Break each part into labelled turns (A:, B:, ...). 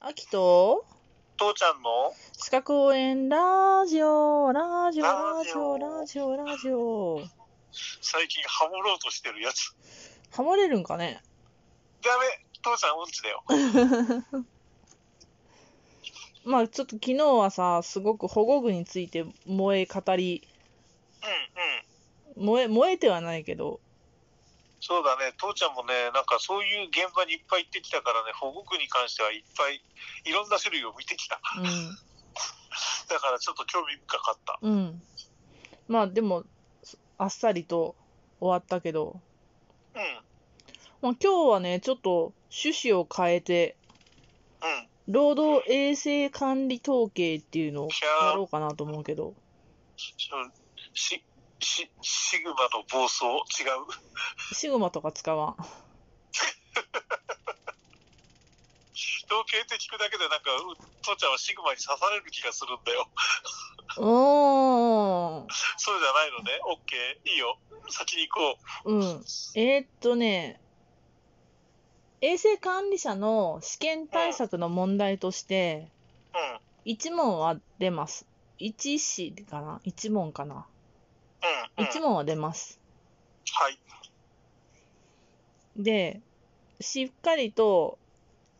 A: 秋と
B: 父ちゃんの
A: 四角応援ラジオ、ラジオ、ラ
B: ラ
A: ジ
B: ジ
A: オ、
B: オ
A: ラジオ、ラジオ。
B: 最近ハモろうとしてるやつ。
A: ハモれるんかね
B: ダメ父ちゃんうんちだよ。
A: まあちょっと昨日はさ、すごく保護具について燃え語り、
B: うんうん。
A: 燃え、燃えてはないけど、
B: そうだね。父ちゃんもね、なんかそういう現場にいっぱい行ってきたからね、保護区に関してはいっぱいいろんな種類を見てきた。 だからちょっと興味深かった。
A: うん、うん。まあでも、あっさりと終わったけど、
B: うん
A: まあ今日はね、ちょっと趣旨を変えて、
B: うん。
A: 労働衛生管理統計っていうのをやろうかなと思うけど、
B: そのししシグマの暴走違う。
A: シグマとか使わん。
B: 統計って聞くだけでなんか、うん父ちゃんはシグマに刺される気がするんだよ。
A: おー
B: そうじゃないのね。オッケー。いいよ。先に行こう。
A: うん。えーっとね、衛生管理者の試験対策の問題として、
B: うん。うん。
A: 1問は出ます。1試かな ?1 問かな
B: うん。
A: ?1 問は出ます。
B: はい。
A: で、しっかりと、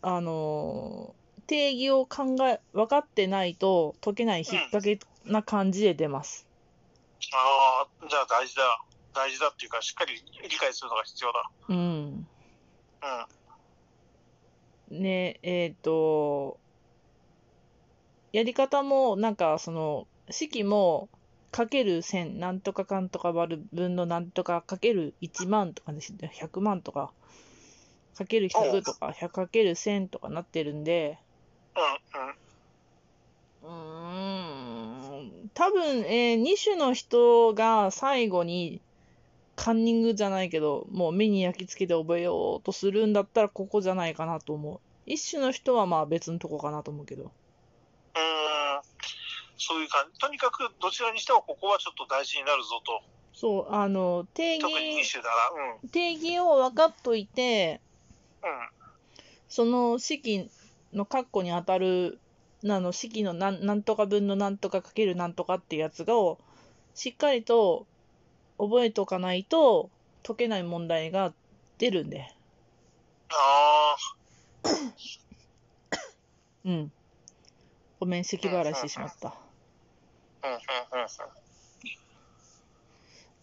A: あのー定義を考え、分かってないと解けない引っ掛けな感じで出ます。
B: ああ、じゃあ大事だ。大事だっていうか、しっかり理解するのが必要だ。
A: うん。
B: うん。うん。
A: ねえっ、と、やり方も、なんか、その、式も、かける1000、なんとかかんとか割る分のなんとかかける1万とかね、100万とか、かける100とか、100かける1000とかなってるんで、
B: うん。
A: うーん、多分、えー、2種の人が最後に、カンニングじゃないけど、もう目に焼き付けて覚えようとするんだったら、ここじゃないかなと思う。一種の人はまあ別のとこかなと思うけど。
B: うーん。そういう感じ。とにかく、どちらにしてもここはちょっと大事になるぞと。
A: そう、あの、定
B: 特に2
A: 義、
B: 種だな。うん。うん。
A: 定義を分かっといて、
B: う
A: その式の括弧に当たる、あの、式のなんなんとか分のなんとかかけるなんとかっていうやつを、しっかりと覚えておかないと、解けない問題が出るんで。
B: ああ、
A: うん。ごめん、咳払いしてしまった。
B: うん、うん、うん。うん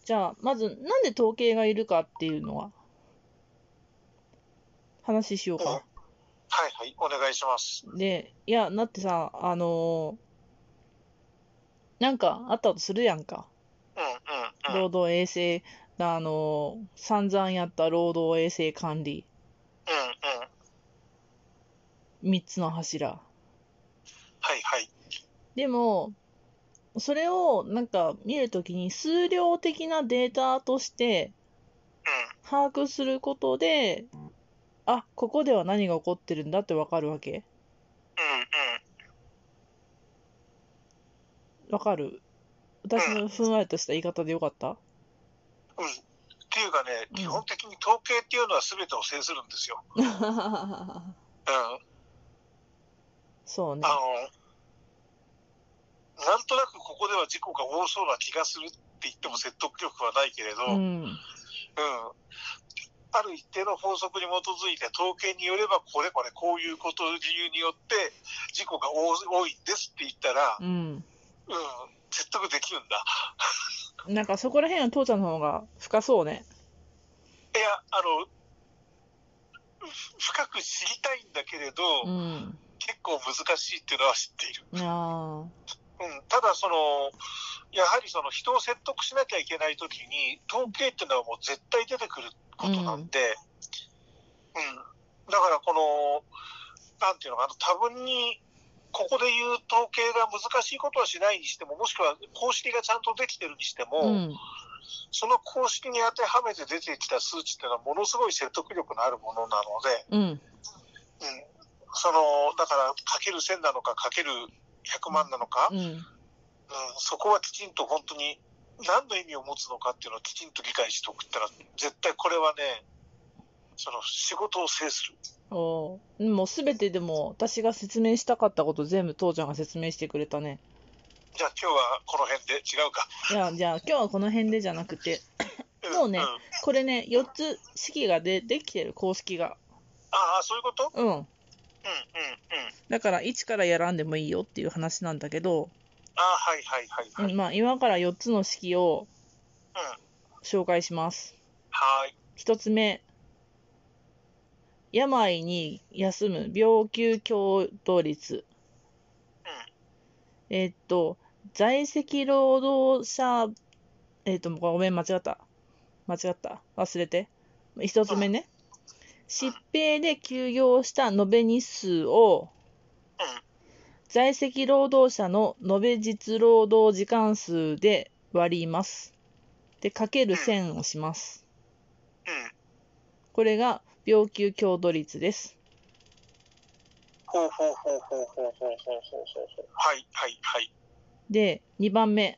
A: じゃあ、まず、なんで統計がいるかっていうのは、話しようか。
B: はいはい、お願いします。
A: で、いや、だってさ、あのーなんかあったとするやんか。
B: うん、うん、うん。うん、うん、
A: 労働衛生、あのー散々やった労働衛生管理、3つの柱。
B: はいはい。
A: でも、それをなんか見るときに数量的なデータとして
B: う
A: 把握することで、あ、ここでは何が起こってるんだってわかるわけ。
B: ん、うん、うん。
A: わかる私のふんわりとした言い方でよか った
B: うん、っていうかね、
A: うん
B: 基本的に統計っていうのは全てを制するんですよ。うん、あ
A: そうね。
B: の、なんとなくここでは事故が多そうな気がするって言っても説得力はないけれど、
A: う
B: うん、
A: ん。
B: ある一定の法則に基づいて統計によればこれこれこういうこと理由によって事故が多多いんですって言ったら、
A: うん。
B: うん、説得できるんだ。
A: なんかそこら辺は父ちゃんの方が深そうね。
B: いや、あの、ふ深く知りたいんだけれど、
A: うん。
B: 結構難しいっていうのは知っている。
A: あ
B: うん、ただ、その、やはりその人を説得しなきゃいけないときに、統計っていうのはもう絶対出てくることなんで、うん、だからこの、なんていうのかな、多分に、ここで言う統計が難しいことはしないにしても、もしくは公式がちゃんとできてるにして
A: あ。
B: も、
A: うん。
B: その公式に当てはめて出てきた数値っていうのはものすごい説得力のあるものなので、
A: うん。
B: うん、そのだからかける1000なのかかける100万なのか、うん、
A: うん。
B: そこはきちんと本当に何の意味を持つのかっていうのをきちんと理解しておくってのは絶対これはねその仕事を制する。
A: おーもうすべてでも私が説明したかったこと全部父ちゃんが説明してくれたね。
B: じゃあ今日はこの辺で違うか。
A: じゃあ、じゃあ今日はこの辺でじゃなくて、
B: ん
A: もうね
B: ん
A: これね、4つ式がでできてる、公式が。
B: ああ、そういうこと
A: うん。
B: うんうんうん。
A: だから1からやらんでもいいよっていう話なんだけど、
B: ああ、はいはいはいは
A: う
B: い。うん
A: ん、まあ今から4つの式を紹介します。
B: はーい。
A: 1つ目。病に休む病休共同率。えっと、在籍労働者、えっと、ごめん、間違った。間違った。忘れて。一つ目ね。疾病で休業した延べ日数を、
B: うんうん。
A: 在籍労働者の延べ実労働時間数で割ります。で、かける1000をします。
B: うん。
A: これが病休強度率です。
B: ほうほうほうほうほうほうほうほうほうほう。はいはいはい。
A: で、2番目。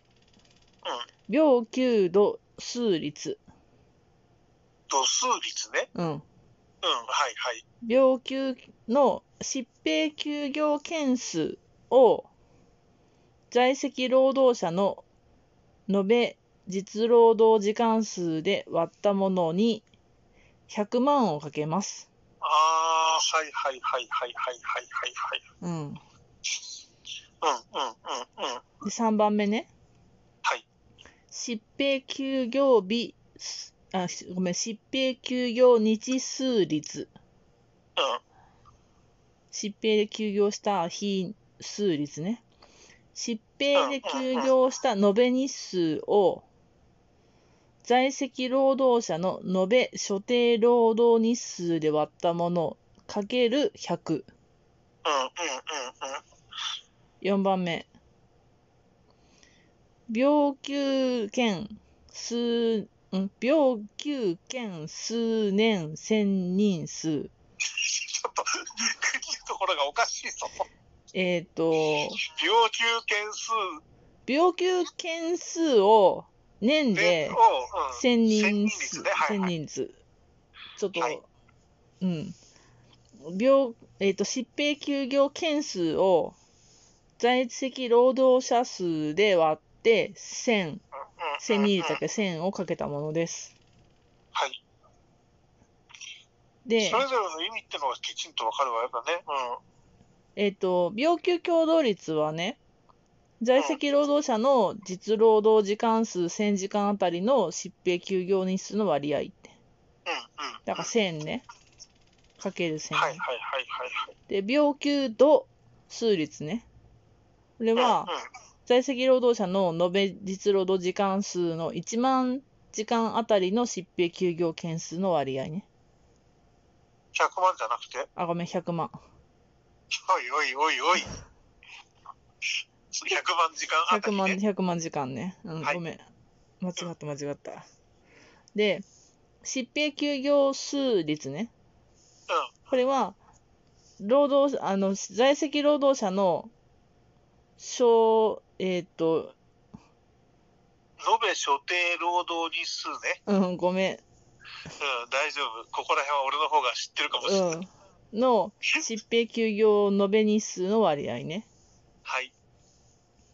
A: 病休度数率。
B: 度数率ね。
A: うん。
B: うん、はいはい。
A: 病休の疾病休業件数を在籍労働者の延べ実労働時間数で割ったものに100万をかけます。
B: ああ、はいはいはいはいはいはいはい
A: うん、で
B: はい。うんうんうんうん。
A: 3番目ね。
B: はい。
A: 疾病休業日、あ、しごめん、疾病休業日数率。
B: うん。
A: 疾病で休業した日数率ね。疾病で休業した延べ日数を、在籍労働者の延べ所定労働日数で割ったものかける100。
B: うんうんうんうん。
A: 4番目。病休兼数、ん病休兼数年専任数。
B: ちょっと、区切るところがおかしいぞ。
A: えっ、と、
B: 要求件数
A: 病休件数を年
B: で
A: で、
B: を、うん、
A: 千人
B: 数
A: 数、
B: ね。はい
A: 千
B: はい。
A: 人数。ちょっと、
B: はい
A: うん。病、えっ、と、疾病休業件数を在籍労働者数で割って、千、
B: うんうん
A: 千人だ
B: うん
A: け千をかけたものです。
B: はい。
A: で
B: そ、れぞれの意味ってのがきちんとわかるわ、やっぱね。う
A: えっ、と、病休共同率はね、在籍労働者の実労働時間数1000時間あたりの疾病休業日数の割合って。
B: ん。うんうん。
A: だから1000ね。かける1000。
B: はいはいはいはいはい。
A: で、病休度数率ね。これは
B: う、んうん
A: 在籍労働者の延べ実労働時間数の1万時間あたりの疾病休業件数の割合ね。
B: 100万じゃなくて、
A: あ、ごめん、100万。
B: おいおいおいおい。100万時間あた
A: 100
B: り、
A: 万、
B: ね。
A: 100万時間ね。うん、
B: はい
A: ごめん。間違った、間違った。で、疾病休業数率ね。これは、労働、あの、在籍労働者の、小、えっ、と、
B: うん。延べ所定労働日数ね。
A: うん、ごめん。
B: うん、大丈夫。ここら辺は俺の方が知ってるかもしれない。
A: うん、の疾病休業延べ日数の割合ね。
B: はい。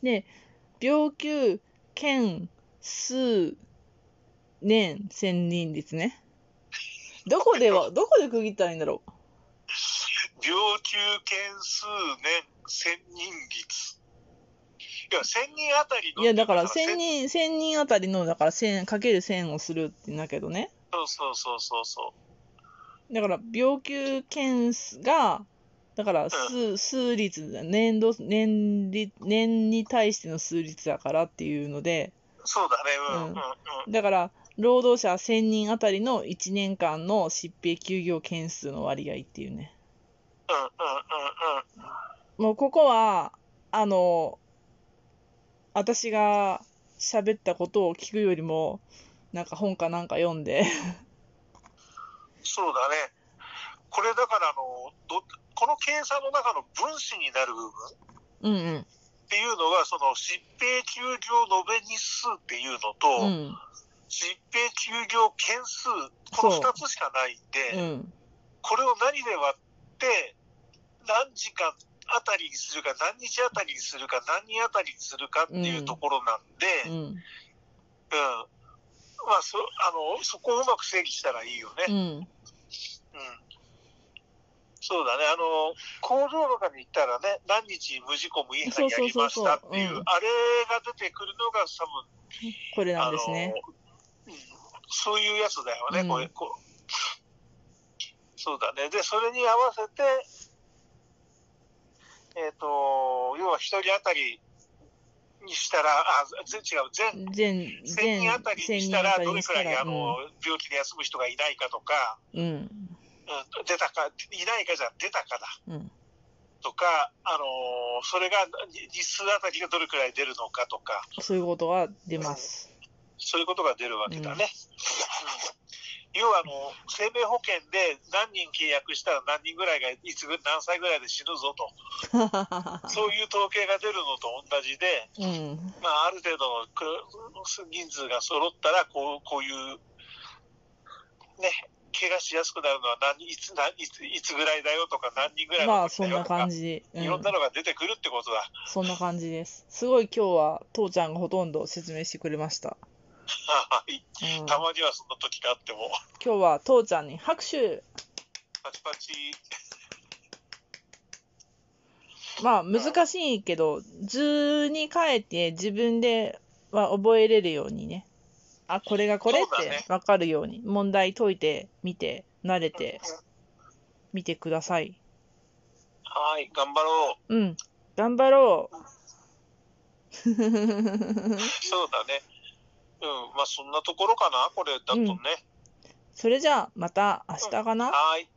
A: で、病休件数年専任率ね。どこでは、どこで区切ったらいいんだろう。
B: 病休件数年1000人率。いや、1000人あたりの。
A: いや、だから
B: 千
A: 1000。人、千人あたりの、だから1000、かける1000をするってんだけどね。
B: そうそうそうそうそ
A: だから、病休件数が、だから数、数率だ、年度、年率、年に対しての数率だからっていうので、
B: う。そうだね。うん
A: うん
B: うんうん。
A: だから、労働者1000人あたりの1年間の疾病休業件数の割合っていうね。
B: うんうんうんうん。
A: もうここは、あの、私が喋ったことを聞くよりも、なんか本かなんか読んで、
B: そうだね。これだからあのど、この計算の中の分子になる部
A: う
B: 分
A: んうん。
B: っていうのが、その疾病休業延べ日数っていうの
A: う
B: と、
A: ん。
B: 疾病休業件数、この
A: そう
B: 2つしかないん
A: う
B: で、
A: ん。
B: これを何で割って、何時間あたりにするか、何日あたりにするか、何人あたりにするかっていうところなんで、
A: うん。
B: うんまあそあの、そこをうまく整理したらいいよね。
A: うん。
B: うんそうだね、あの工場とかに行ったらね、何日無事故無違反やりましたっ
A: そうそうそう
B: ていう、
A: そううん
B: あれが出てくるのが、多分
A: これな
B: あ
A: んですね。
B: のうんそういうやつだよね、
A: うん
B: これこう。そうだね、で、それに合わせて、えっ、と、要は一人当たりにしたら、あぜ違う、全
A: 全、
B: 1000
A: 全、
B: 人あたりにした
A: 1000人
B: ら
A: あ、たり
B: ど
A: に
B: れ
A: し
B: く
A: た
B: らいあ
A: ら、
B: の、病気で休む人がいないかとか、
A: うん。
B: うん、出たか、いないかじゃ出たかだ
A: うん。
B: とか、あのーそれがに日数あたりがどれくらい出るのかとか、
A: そういうことが出ます。
B: そういうことが出るわけだね。うん要はあの生命保険で何人契約したら何人ぐらいがいつぐ何歳ぐらいで死ぬぞと、そういう統計が出るのと同じで、
A: うん。
B: まあ、ある程度のく人数が揃ったらこう、こういう、ね、怪我しやすくなるのは何いつ何いついつぐらいだよとか、何人ぐらい
A: ま
B: の
A: あ、
B: 時
A: そ
B: だ
A: ん
B: よ
A: な
B: とか、
A: 感じ。う
B: いろ
A: ん
B: んな。のが出てくるってこ とだ。
A: そんな感じです。すごい今日は、父ちゃんがほとんど説明してくれました。
B: はい
A: うん、
B: た
A: 今
B: まにはそんな時があっても、
A: 日は父ちゃんに拍手。
B: パチパチ。
A: まあ、難しいけど、図に変えて自分では覚えれるようにね。あ、これがこれっ
B: そうだね
A: て分かるように、問題解いてみて、慣れてみてください。
B: はい、頑張ろう。
A: うん。頑張ろう。
B: そうだね。うん、まあそんなところかな、これだとね。
A: うんそれじゃあ、また明日かな。
B: はい。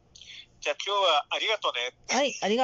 B: じゃあ今日はありがとうね。
A: はい、ありがとう。